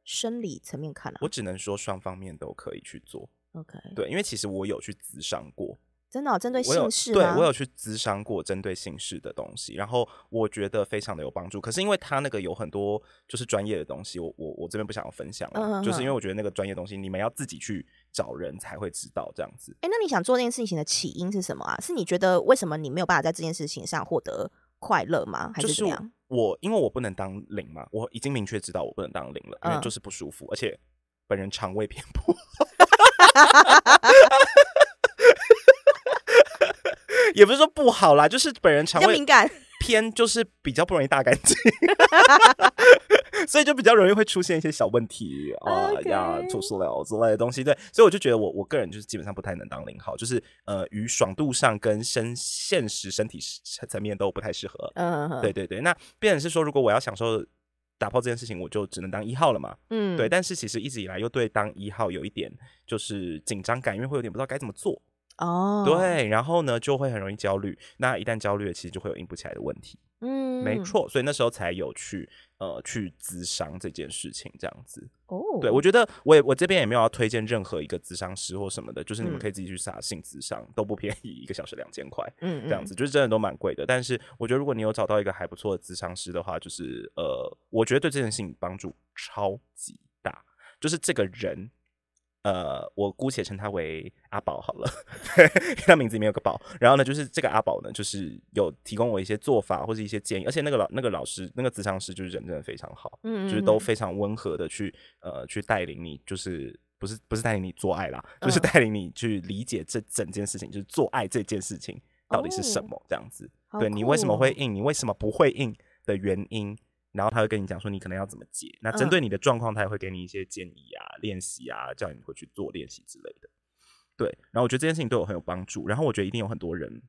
Speaker 1: 生理层面看啊
Speaker 2: 我只能说双方面都可以去做。
Speaker 1: ？OK，
Speaker 2: 对，因为其实我有去咨商过，
Speaker 1: 真的哦、嗯针对
Speaker 2: 我有
Speaker 1: 姓氏
Speaker 2: 对
Speaker 1: 吗？
Speaker 2: 我有去咨商过针对姓氏的东西，然后我觉得非常的有帮助。可是因为他那个有很多就是专业的东西，我我我这边不想要分享了，
Speaker 1: 嗯嗯
Speaker 2: 就是因为
Speaker 1: 嗯
Speaker 2: 我觉得那个专业东西你们要自己去找人才会知道这样子。
Speaker 1: 哎，那你想做这件事情的起因是什么啊？是你觉得为什么你没有办法在这件事情上获得快乐吗？还
Speaker 2: 就是是
Speaker 1: 怎么样？
Speaker 2: 我因为我不能当零嘛，我已经明确知道我不能当零了，因为
Speaker 1: 嗯
Speaker 2: 就是不舒服，而且本人肠胃偏颇。 也不是说不好啦，就是本人肠
Speaker 1: 比较
Speaker 2: 胃
Speaker 1: 敏感，
Speaker 2: 偏就是比较不容易大干净， 所以就比较容易会出现一些小问题啊
Speaker 1: OK
Speaker 2: 呀、吐塑料之类的东西。对，所以我就觉得我我个人就是基本上不太能当零号，就是呃，于爽度上跟身现实身体层面都不太适合。
Speaker 1: 嗯，
Speaker 2: 对，对对，那变成是说，如果我要享受打炮这件事情，我就只能当一号了嘛。
Speaker 1: 嗯，
Speaker 2: 对，但是其实一直以来又对当一号有一点就是紧张感，因为会有点不知道该怎么做。
Speaker 1: 哦，，
Speaker 2: 对，然后呢就会很容易焦虑。那一旦焦虑了，其实就会有硬不起来的问题。
Speaker 1: 嗯，
Speaker 2: 没，错，所以那时候才有去呃去咨商这件事情，这样子。
Speaker 1: 哦，
Speaker 2: 对我觉得我也我这边也没有要推荐任何一个咨商师或什么的，就是你
Speaker 1: 嗯
Speaker 2: 们可以自己去撒性咨商，都不便宜，一个小时两千块。
Speaker 1: 嗯，嗯
Speaker 2: 这样，子，就是真的都蛮贵的。但是我觉得如果你有找到一个还不错的咨商师的话，就是呃，我觉得对这件事情帮助超级大。就是这个人，呃，我姑且称他为阿宝好了，因为他名字里面有个宝。然后呢，就是这个阿宝呢，就是有提供我一些做法或是一些建议，而且那个老那个老师那个咨商师就是人真的非常好，
Speaker 1: 嗯，
Speaker 2: 就是都非常温和的去呃去带领你，就是。不是不是带领你做爱啦，就是
Speaker 1: 嗯
Speaker 2: 带领你去理解这整件事情，就是做爱这件事情到底是什
Speaker 1: 哦
Speaker 2: 么这样子。
Speaker 1: 好
Speaker 2: 对你为什么
Speaker 1: 酷
Speaker 2: 会
Speaker 1: 哦
Speaker 2: 硬，你为什么不会硬的原因，然后他会跟你讲说你可能要怎么解。那针
Speaker 1: 嗯
Speaker 2: 对你的状况，他也会给你一些建议啊、练习啊，叫你回去做练习之类的。对，然后我觉得这件事情对我很有帮助。然后我觉得一定有很多人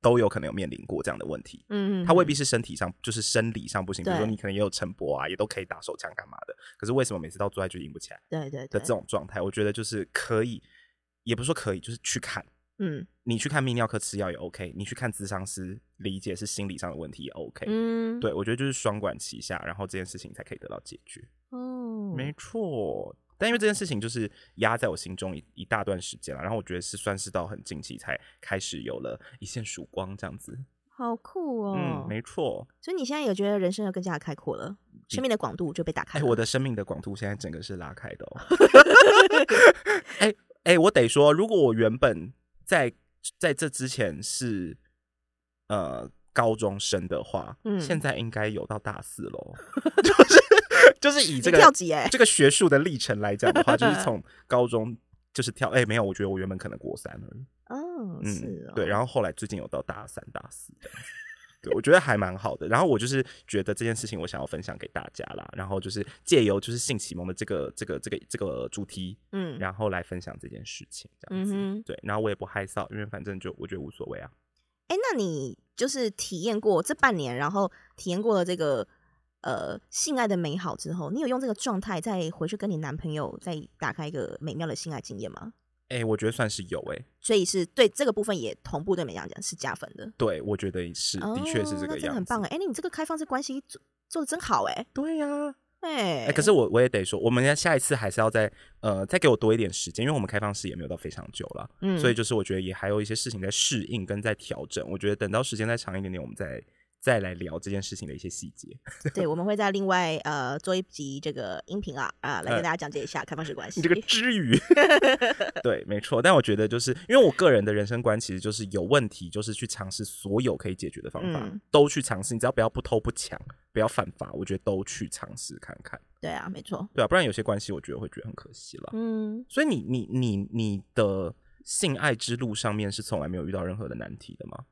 Speaker 2: 都有可能有面临过这样的问题。
Speaker 1: 嗯，嗯，
Speaker 2: 他未
Speaker 1: 嗯
Speaker 2: 必是身体上，就是生理上不行，比如说
Speaker 1: 对
Speaker 2: 你可能也有晨勃啊，也都可以打手枪干嘛的。可是为什么每次到做爱就硬不起来
Speaker 1: 对对
Speaker 2: 的
Speaker 1: 对
Speaker 2: 这，种状态？我觉得就是可以，也不是说可以，就是去看，
Speaker 1: 嗯
Speaker 2: 你去看泌尿科吃药也 OK，你去看咨商师理解是心理上的问题也 OK。
Speaker 1: 嗯，，
Speaker 2: 对，我觉得就是双管齐下，然后这件事情才可以得到解决。
Speaker 1: 哦，
Speaker 2: 没错，但因为这件事情就是压在我心中一一大段时间了，然后我觉得是算是到很近期才开始有了一线曙光这样子。
Speaker 1: 好酷哦
Speaker 2: 嗯，，没错。
Speaker 1: 所以你现在有觉得人生又更加开阔了，生命的广度就被打开
Speaker 2: 哎、
Speaker 1: 了，
Speaker 2: 我的生命的广度现在整个是拉开的 哦。哎哎、我得说，如果我原本在在这之前是呃高中生的话，
Speaker 1: 嗯
Speaker 2: 现在应该有到大四 喽。就是就是以
Speaker 1: 你
Speaker 2: 这个
Speaker 1: 跳级哎
Speaker 2: 这个学术的历程来讲的 话，就是从高中就是跳哎、没有，我觉得我原本可能国三而已。
Speaker 1: 哦，是哦，
Speaker 2: 嗯对，然后后来最近有到大三、大四这样子对，我觉得还蛮好的。然后我就是觉得这件事情，我想要分享给大家啦。然后就是借由就是性启蒙的这个这个这个这个主题，
Speaker 1: 嗯，
Speaker 2: 然后来分享这件事情，这样
Speaker 1: 嗯
Speaker 2: 子。
Speaker 1: 哼，
Speaker 2: 对，然后我也不害臊，因为反正就我觉得无所谓啊。
Speaker 1: 哎，那你就是体验过这半年，然后体验过了这个呃性爱的美好之后，你有用这个状态再回去跟你男朋友再打开一个美妙的性爱经验吗？
Speaker 2: 哎、我觉得算是有哎、
Speaker 1: 所以是对这个部分也同步对你们来讲是加分的，
Speaker 2: 对我觉得是，的确是
Speaker 1: 哦那
Speaker 2: 这个
Speaker 1: 真的
Speaker 2: 样
Speaker 1: 很
Speaker 2: 子。
Speaker 1: 棒哎，哎，你这个开放式关系做做的真好哎，
Speaker 2: 对呀、
Speaker 1: 哎
Speaker 2: 哎、可是我我也得说，我们要下一次还是要再呃再给我多一点时间，因为我们开放式也没有到非常久了，
Speaker 1: 嗯
Speaker 2: 所以就是我觉得也还有一些事情在适应跟在调整。我觉得等到时间再长一点点，我们再再来聊这件事情的一些细节。
Speaker 1: 对，我们会在另外呃做一集这个音频啊啊、来
Speaker 2: 嗯
Speaker 1: 跟大家讲解一下开放式关系。
Speaker 2: 你这个 之语，对，没错。但我觉得就是因为我个人的人生观其实就是有问题，就是去尝试所有可以解决的方法，
Speaker 1: 嗯
Speaker 2: 都去尝试。你只要不要不偷不抢，不要犯法，我觉得都去尝试看看，
Speaker 1: 对啊，没错。
Speaker 2: 对啊，不然有些关系我觉得会觉得很可惜了。
Speaker 1: 嗯，
Speaker 2: 所以你你你你的性爱之路上面是从来没有遇到任何的难题的吗？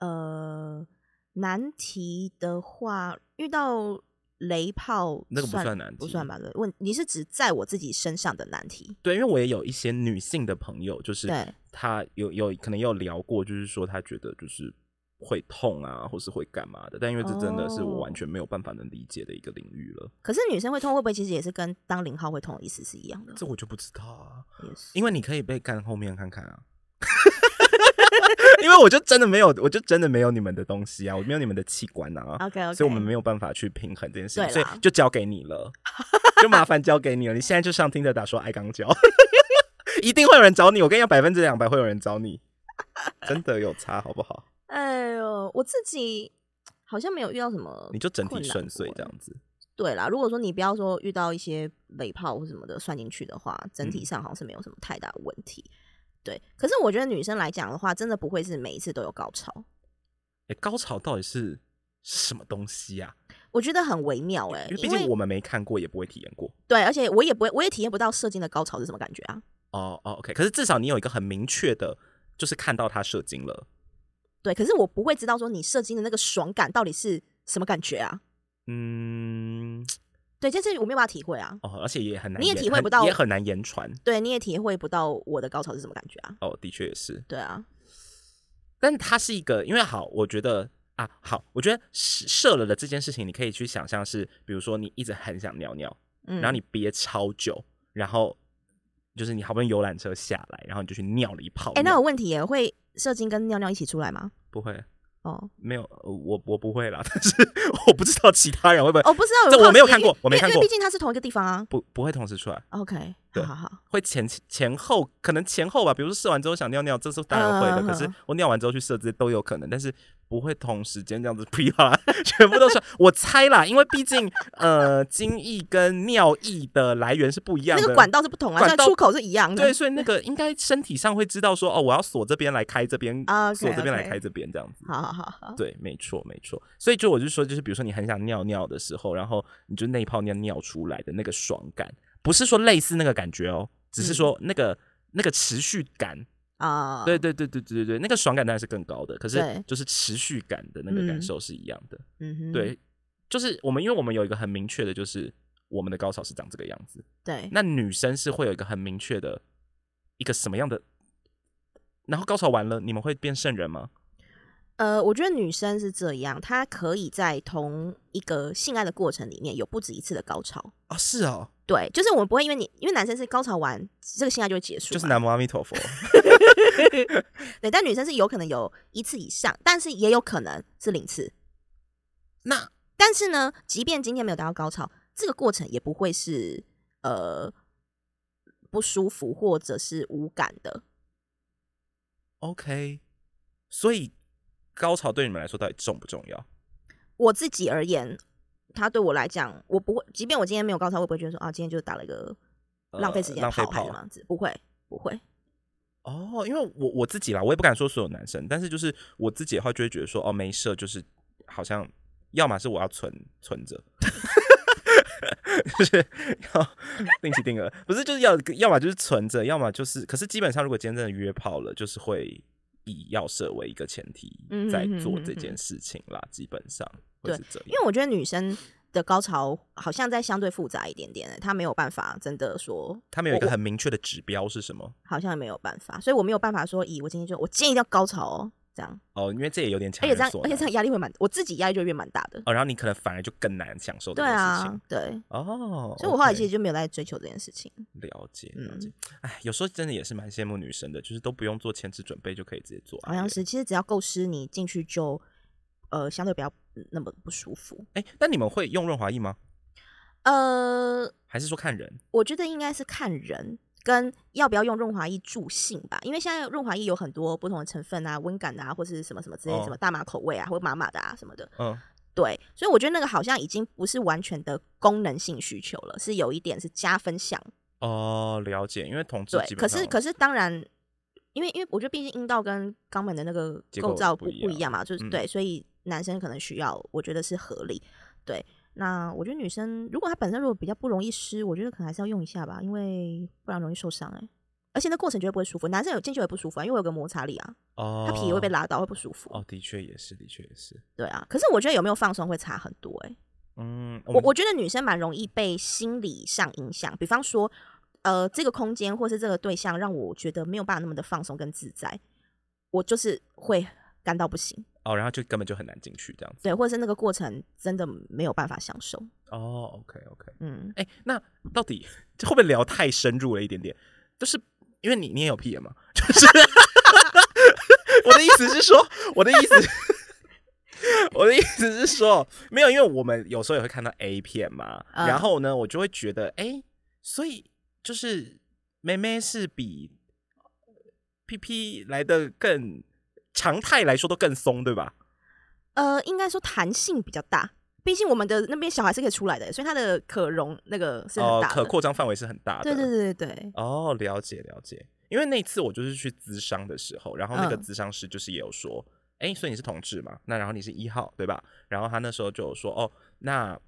Speaker 1: 呃，难题的话，遇到雷炮
Speaker 2: 那个不算
Speaker 1: 算
Speaker 2: 难
Speaker 1: 不
Speaker 2: 题
Speaker 1: 算吧？对，问你是指在我自己身上的难题？
Speaker 2: 对，因为我也有一些女性的朋友，就是
Speaker 1: 对
Speaker 2: 她有有可能有聊过，就是说她觉得就是会痛啊，或是会干嘛的，但因为这真的是我完
Speaker 1: 哦
Speaker 2: 全没有办法能理解的一个领域了，
Speaker 1: 可是女生会痛会不会其实也是跟当零号会痛的意思是一样的？
Speaker 2: 这我就不知道啊，
Speaker 1: 也是，
Speaker 2: 因为你可以被干后面看看啊。 因为我就真的没有，我就真的没有你们的东西啊，我没有你们的器官啊。
Speaker 1: OK OK，
Speaker 2: 所以我们没有办法去平衡这件事情，
Speaker 1: 对
Speaker 2: 所
Speaker 1: 啦
Speaker 2: 以就交给你了，就麻烦交给你了。你现在就上听着打说爱刚交， 一定会有人找你。我跟你讲，百分之两百会有人 找你，真的有差好不好？
Speaker 1: 哎呦，我自己好像没有遇到什么，
Speaker 2: 你就整体顺遂这。样子。
Speaker 1: 对啦，如果说你不要说遇到一些雷炮或什么的算进去的话，整
Speaker 2: 嗯
Speaker 1: 体上好像是没有什么太大的问题。对，可是我觉得女生来讲的话，真的不会是每一次都有高潮，哦
Speaker 2: 哎、高潮到底是什么东西呀、
Speaker 1: 我觉得很微妙哎、
Speaker 2: 因为毕
Speaker 1: 因
Speaker 2: 竟
Speaker 1: 为
Speaker 2: 我们没看过，也不会体验过。
Speaker 1: 对，而且我也不会，我也体验不到射精的高潮是什么感觉啊。
Speaker 2: 哦哦，OK。可是至少你有一个很明确的，就是看到他射精了。
Speaker 1: 对，可是我不会知道说你射精的那个爽感到底是什么感觉啊。
Speaker 2: 嗯，
Speaker 1: 对，这是我没有办法体会啊。
Speaker 2: 哦，而且也很难
Speaker 1: 你也
Speaker 2: 言，
Speaker 1: 体会
Speaker 2: 很
Speaker 1: 不到
Speaker 2: 也很难言传。
Speaker 1: 对，你也体会不到我的高潮是什么感觉啊。
Speaker 2: 哦，的确也是。
Speaker 1: 对啊，
Speaker 2: 但它是一个，因为好，我觉得啊，好，我觉得射射了的这件事情，你可以去想象是，比如说你一直很想尿尿，
Speaker 1: 嗯，
Speaker 2: 然后你憋超久，然后就是你好不容易游览车下来，然后你就去尿了一泡尿。
Speaker 1: 哎、那有问题耶，会射精跟尿尿一起出来吗？
Speaker 2: 不会，
Speaker 1: 哦，
Speaker 2: 没有，呃我我不会啦，但是 我不知道其他人会不会，
Speaker 1: 哦，不知道，
Speaker 2: 这我
Speaker 1: 好
Speaker 2: 没有
Speaker 1: 奇
Speaker 2: 看过
Speaker 1: 因为
Speaker 2: 我没
Speaker 1: 因为
Speaker 2: 看
Speaker 1: 因
Speaker 2: 过
Speaker 1: 为毕竟它是同一个地方啊。哦
Speaker 2: 不不会同时出来，
Speaker 1: OK，
Speaker 2: 对
Speaker 1: 好好好，
Speaker 2: 会前前后可能前后吧，比如说射完之后想尿尿，这是当然会的。
Speaker 1: 嗯嗯嗯
Speaker 2: 可是我尿完之后去射，这都有可能，但是不会同时间这样子噼啦， 全部都是我猜啦，因为毕竟呃，精液跟尿液的来源是不一样
Speaker 1: 那
Speaker 2: 的。
Speaker 1: 个管道是不同啊，虽
Speaker 2: 管
Speaker 1: 然
Speaker 2: 道
Speaker 1: 出口是一样的。
Speaker 2: 对，所以那个应该身体上会知道说，哦，我要锁这边来开这边，
Speaker 1: 啊，OK，
Speaker 2: 锁这边来
Speaker 1: OK
Speaker 2: 开这边这样子。
Speaker 1: 好好好好，
Speaker 2: 对，没错，没错。所以就我就说，就是比如说你很想尿尿的时候，然后你就那一泡尿尿出来的那个爽感，不是说类似那个感觉哦，只是说那个、那个持续感。
Speaker 1: 啊，
Speaker 2: 对，对对对对对对，那个爽感当然是更高的，可是
Speaker 1: 对
Speaker 2: 就是持续感的那个感
Speaker 1: 嗯
Speaker 2: 受是一样的。
Speaker 1: 嗯哼，
Speaker 2: 对，就是我们因为我们有一个很明确的，就是我们的高潮是长这个样子。
Speaker 1: 对，
Speaker 2: 那女生是会有一个很明确的一个什么样的？然后高潮完了，你们会变圣人吗？
Speaker 1: 呃，我觉得女生是这样，她可以在同一个性爱的过程里面有不止一次的高潮。
Speaker 2: 啊、是哦，
Speaker 1: 对，就是我们不会因为你，因为男生是高潮完这个性爱就会结束嘛，
Speaker 2: 就是南无阿弥陀佛。
Speaker 1: 对，但女生是有可能有一次以上，但是也有可能是零次。
Speaker 2: 那
Speaker 1: 但是呢，即便今天没有达到高潮，这个过程也不会是呃不舒服或者是无感的。
Speaker 2: OK，所以高潮对你们来说到底重不重要？
Speaker 1: 我自己而言，它对我来讲，我不会，即便我今天没有高潮，我也不会觉得说啊，今天就打了一个
Speaker 2: 呃
Speaker 1: 浪费时间哎
Speaker 2: 浪
Speaker 1: 的
Speaker 2: 费
Speaker 1: 炮还是
Speaker 2: 炮
Speaker 1: 什么样子，不会，不会。
Speaker 2: 哦，因为我我自己啦，我也不敢说所有男生，但是就是我自己的话，就会觉得说，哦，没事，就是好像要么是我要存存着， 就是要定期定额，不是就是要要么就是存着，要么就是，可是基本上如果今天真的约炮了，就是会以要射为一个前提
Speaker 1: 嗯
Speaker 2: 在
Speaker 1: 哼哼
Speaker 2: 做
Speaker 1: 哼
Speaker 2: 这
Speaker 1: 哼
Speaker 2: 件事情啦，基本上会
Speaker 1: 对
Speaker 2: 是这样
Speaker 1: 因。为我觉得女生的高潮好像在相对复杂一点点、欸她没有办法真的说，
Speaker 2: 他们有一个很明确的指标是什么？
Speaker 1: 好像没有办法，所以我没有办法说，以我今天就我今天一定要高潮哦，这样，
Speaker 2: 哦，因为这也有点
Speaker 1: 而
Speaker 2: 强
Speaker 1: 且
Speaker 2: 人
Speaker 1: 这样
Speaker 2: 所，
Speaker 1: 而且
Speaker 2: 难
Speaker 1: 这样压力会蛮，我自己压力就会变蛮大的。
Speaker 2: 哦，然后你可能反而就更难享受这
Speaker 1: 对
Speaker 2: 件事情。
Speaker 1: 啊，对，
Speaker 2: 哦，
Speaker 1: 所以我后来其
Speaker 2: OK
Speaker 1: 实嗯就没有在追求这件事情。
Speaker 2: 了解了解，哎、有时候真的也是蛮羡慕女生的，就是都不用做前置准备就可以直接做爱
Speaker 1: 好
Speaker 2: 了。
Speaker 1: 像是，其实只要够湿，你进去就呃相对比较嗯那么不舒服。
Speaker 2: 哎、那你们会用润滑液吗？
Speaker 1: 呃，
Speaker 2: 还是说看人？
Speaker 1: 我觉得应该是看人跟要不要用润滑液助兴吧，因为现在润滑液有很多不同的成分啊，温感啊，或是什么什么之类，
Speaker 2: 哦
Speaker 1: 什么大麻口味啊，或麻麻的啊什么的。
Speaker 2: 嗯，
Speaker 1: 对，所以我觉得那个好像已经不是完全的功能性需求了，是有一点是加分项。
Speaker 2: 哦，了解，因为同志
Speaker 1: 对
Speaker 2: 基，
Speaker 1: 可
Speaker 2: 本上
Speaker 1: 是可是当然，因为因为我觉得毕竟阴道跟肛门的那个
Speaker 2: 结
Speaker 1: 构
Speaker 2: 构
Speaker 1: 造
Speaker 2: 不
Speaker 1: 不
Speaker 2: 一
Speaker 1: 不一
Speaker 2: 样
Speaker 1: 样嘛，就是、
Speaker 2: 嗯
Speaker 1: 对，所以男生可能需要，我觉得是合理。对，那我觉得女生如果她本身如果比较不容易湿，我觉得可能还是要用一下吧，因为不然容易受伤哎、而且那过程绝对不会舒服，男生有进去也不舒服啊，因为我有个摩擦力啊，
Speaker 2: 哦，
Speaker 1: 他皮会被拉到，会不舒服。
Speaker 2: 哦，的确也是，的确也是，
Speaker 1: 对啊，可是我觉得有没有放松会差很多哎、
Speaker 2: 嗯，
Speaker 1: 我
Speaker 2: 们
Speaker 1: 我觉得女生蛮容易被心理上影响，比方说，呃，这个空间或是这个对象让我觉得没有办法那么的放松跟自在，我就是会干到不行，
Speaker 2: 哦，然后就根本就很难进去这样子。
Speaker 1: 对，或者是那个过程真的没有办法享受，
Speaker 2: 哦，OK OK，
Speaker 1: 嗯，
Speaker 2: 哎、那到底这会不会聊太深入了一点点？就是因为你你也有屁眼嘛，就是我的意思是说，我的意思，我的意思是说，没有，因为我们有时候也会看到 A 片嘛，
Speaker 1: 嗯
Speaker 2: 然后呢，我就会觉得，哎、所以就是妹妹是比 P P 来的更常态来说都更松，对吧？
Speaker 1: 呃，应该说弹性比较大，毕竟我们的那边小孩是可以出来的，所以它的可容那个是很
Speaker 2: 哦，
Speaker 1: 大的。
Speaker 2: 可扩张范围是很大的。
Speaker 1: 对对对对对，
Speaker 2: 哦，了解了解。因为那次我就是去咨商的时候，然后那个
Speaker 1: 嗯
Speaker 2: 咨商师就是也有说，哎、所以你是同志嘛？那然后你是一号对吧？然后他那时候就有说，哦，那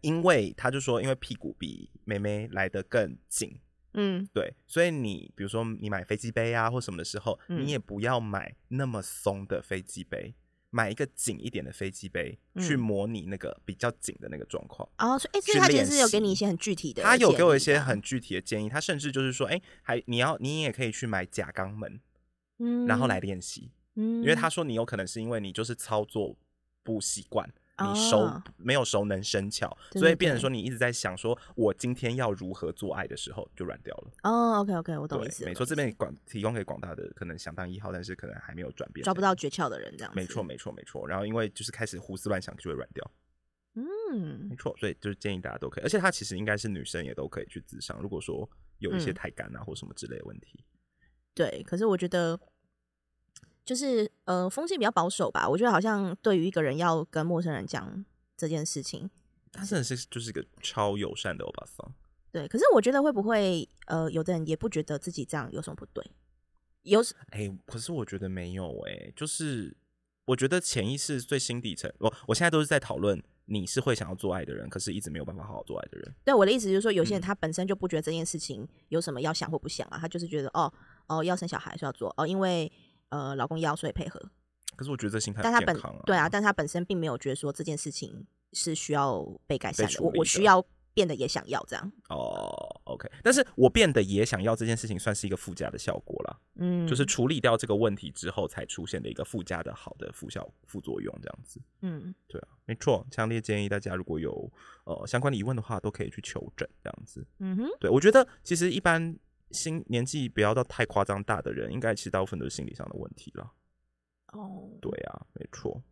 Speaker 2: 因为他就说，因为屁股比妹妹来的更紧，
Speaker 1: 嗯，
Speaker 2: 对，所以你比如说你买飞机杯啊或什么的时候，
Speaker 1: 嗯
Speaker 2: 你也不要买那么松的飞机杯，买一个紧一点的飞机杯、去
Speaker 1: 嗯
Speaker 2: 模拟那个比较紧的那个状况。
Speaker 1: 然后所以哎，所以
Speaker 2: 去
Speaker 1: 他其
Speaker 2: 练
Speaker 1: 实是有给你一
Speaker 2: 习
Speaker 1: 些很具体的建议的，
Speaker 2: 他有给我一些很具体的建议，他甚至就是说，哎、还你要你也可以去买假肛门，
Speaker 1: 嗯，
Speaker 2: 然后来练习，
Speaker 1: 嗯，
Speaker 2: 因为他说你有可能是因为你就是操作不习惯。你
Speaker 1: 哦
Speaker 2: 熟、没有熟能生巧，
Speaker 1: 对
Speaker 2: 所以
Speaker 1: 对
Speaker 2: 变成
Speaker 1: 对
Speaker 2: 说你一直在想说，我今天要如何做爱的时候就软掉了。
Speaker 1: 哦，OK OK，我懂
Speaker 2: 对
Speaker 1: 意，思了，
Speaker 2: 没
Speaker 1: 懂
Speaker 2: 错，
Speaker 1: 意
Speaker 2: 这
Speaker 1: 思
Speaker 2: 边广提供给广大的可能想当一号，但是可能还没有转变，
Speaker 1: 抓不到。诀窍的人这样，
Speaker 2: 没错，，没错，没错。然后因为就是开始胡思乱想就会软掉，没
Speaker 1: 嗯
Speaker 2: 错。所以就是建议大家都可以，而且他其实应该是女生也都可以去自伤，如果说有一些
Speaker 1: 嗯
Speaker 2: 太干啊或什么之类的问题。
Speaker 1: 对，可是我觉得。就是呃，风气比较保守吧。我觉得好像对于一个人要跟陌生人讲这件事情，
Speaker 2: 他真的是就是一个超友善的欧巴桑，
Speaker 1: 对，可是我觉得会不会呃，有的人也不觉得自己这样有什么不对，有时
Speaker 2: 哎、可是我觉得没有哎、就是我觉得潜意识最心底层，我我现在都是在讨论你是会想要做爱的人，可是一直没有办法好好做爱的人。
Speaker 1: 对我的意思就是说，有些人
Speaker 2: 嗯
Speaker 1: 他本身就不觉得这件事情有什么要想或不想啊，他就是觉得哦哦要生小孩所以要做哦，因为呃老公要所以配合，
Speaker 2: 可是我觉得这心态
Speaker 1: 但他
Speaker 2: 不
Speaker 1: 本
Speaker 2: 健康啊。
Speaker 1: 对啊，，但他本身并没有觉得说这件事情是需要被改善的，
Speaker 2: 处
Speaker 1: 我
Speaker 2: 理
Speaker 1: 我
Speaker 2: 的
Speaker 1: 需要变得也想要这样，
Speaker 2: 哦，OK，但是我变得也想要这件事情，算是一个附加的效果啦，
Speaker 1: 嗯，
Speaker 2: 就是处理掉这个问题之后才出现的一个附加的好的副效副作用，这样子。
Speaker 1: 嗯
Speaker 2: 对啊，没错，强烈建议大家如果有呃相关的疑问的话，都可以去求诊，这样子。
Speaker 1: 嗯哼，
Speaker 2: 对我觉得其实一般心年纪不要到太夸张大的人，应该其实大部分都是心理上的问题啦。
Speaker 1: 哦，
Speaker 2: 对啊，没错。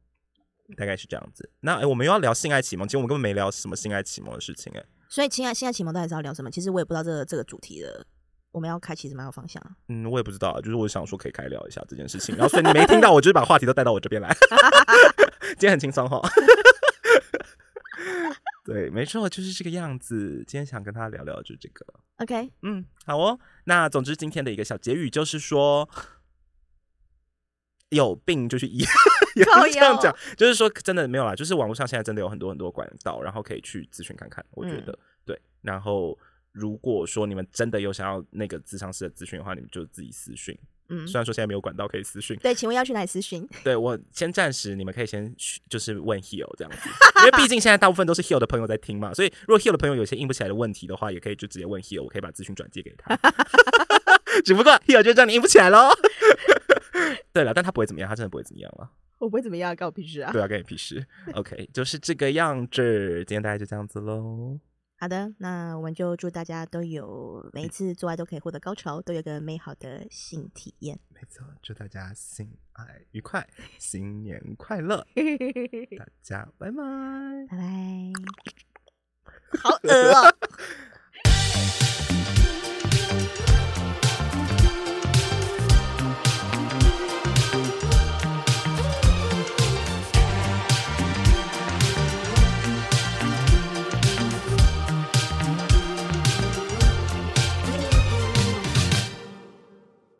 Speaker 2: 大概是这样子。那、诶我们又要聊性爱启蒙，其实我们根本没聊什么性爱启蒙的事情诶。
Speaker 1: 所以亲爱现在启蒙到底是要聊什么？其实我也不知道这个这个主题的，我们要开启什么样的方向啊。
Speaker 2: 嗯，我也不知道啊，就是我想说可以开聊一下这件事情，然后所以你没听到，我就是把话题都带到我这边来， 今天很轻松哈。 对，没错，就是这个样子。今天想跟他聊聊就是这个，
Speaker 1: OK，
Speaker 2: 嗯，好哦。那总之今天的一个小结语就是说，有病就 去医，也不
Speaker 1: 靠
Speaker 2: 是这样
Speaker 1: 腰
Speaker 2: 讲，就是说真的没有啦，就是网络上现在真的有很多很多管道，然后可以去咨询看看，我觉
Speaker 1: 嗯
Speaker 2: 得、对。然后如果说你们真的有想要那个咨商师的咨询的话，你们就自己私讯。
Speaker 1: 嗯，
Speaker 2: 虽然说现在没有管道可以私讯，
Speaker 1: 对，请问要去哪里咨询？
Speaker 2: 对我先暂时你们可以先嘘就是问 Heal 这样子，因为毕竟现在大部分都是 Heal 的朋友在听嘛，所以如果 Heal 的朋友有些硬不起来的问题的话，也可以就直接问 Heal，我可以把资讯转接给他。 只不过 Heal 就让你硬不起来喽。 对了，但他不会怎么样，他真的不会怎么样了。
Speaker 1: 我不会怎么样，告我屁事啊！
Speaker 2: 对啊，跟你屁事。OK，就是这个样子，今天大概就这样子喽。
Speaker 1: 好的，那我们就祝大家都有每一次做爱都可以获得高潮，都有个美好的性体验。
Speaker 2: 没错，祝大家性爱愉快，新年快乐，
Speaker 1: 拜
Speaker 2: 大家拜拜。
Speaker 1: 拜，好恶哦、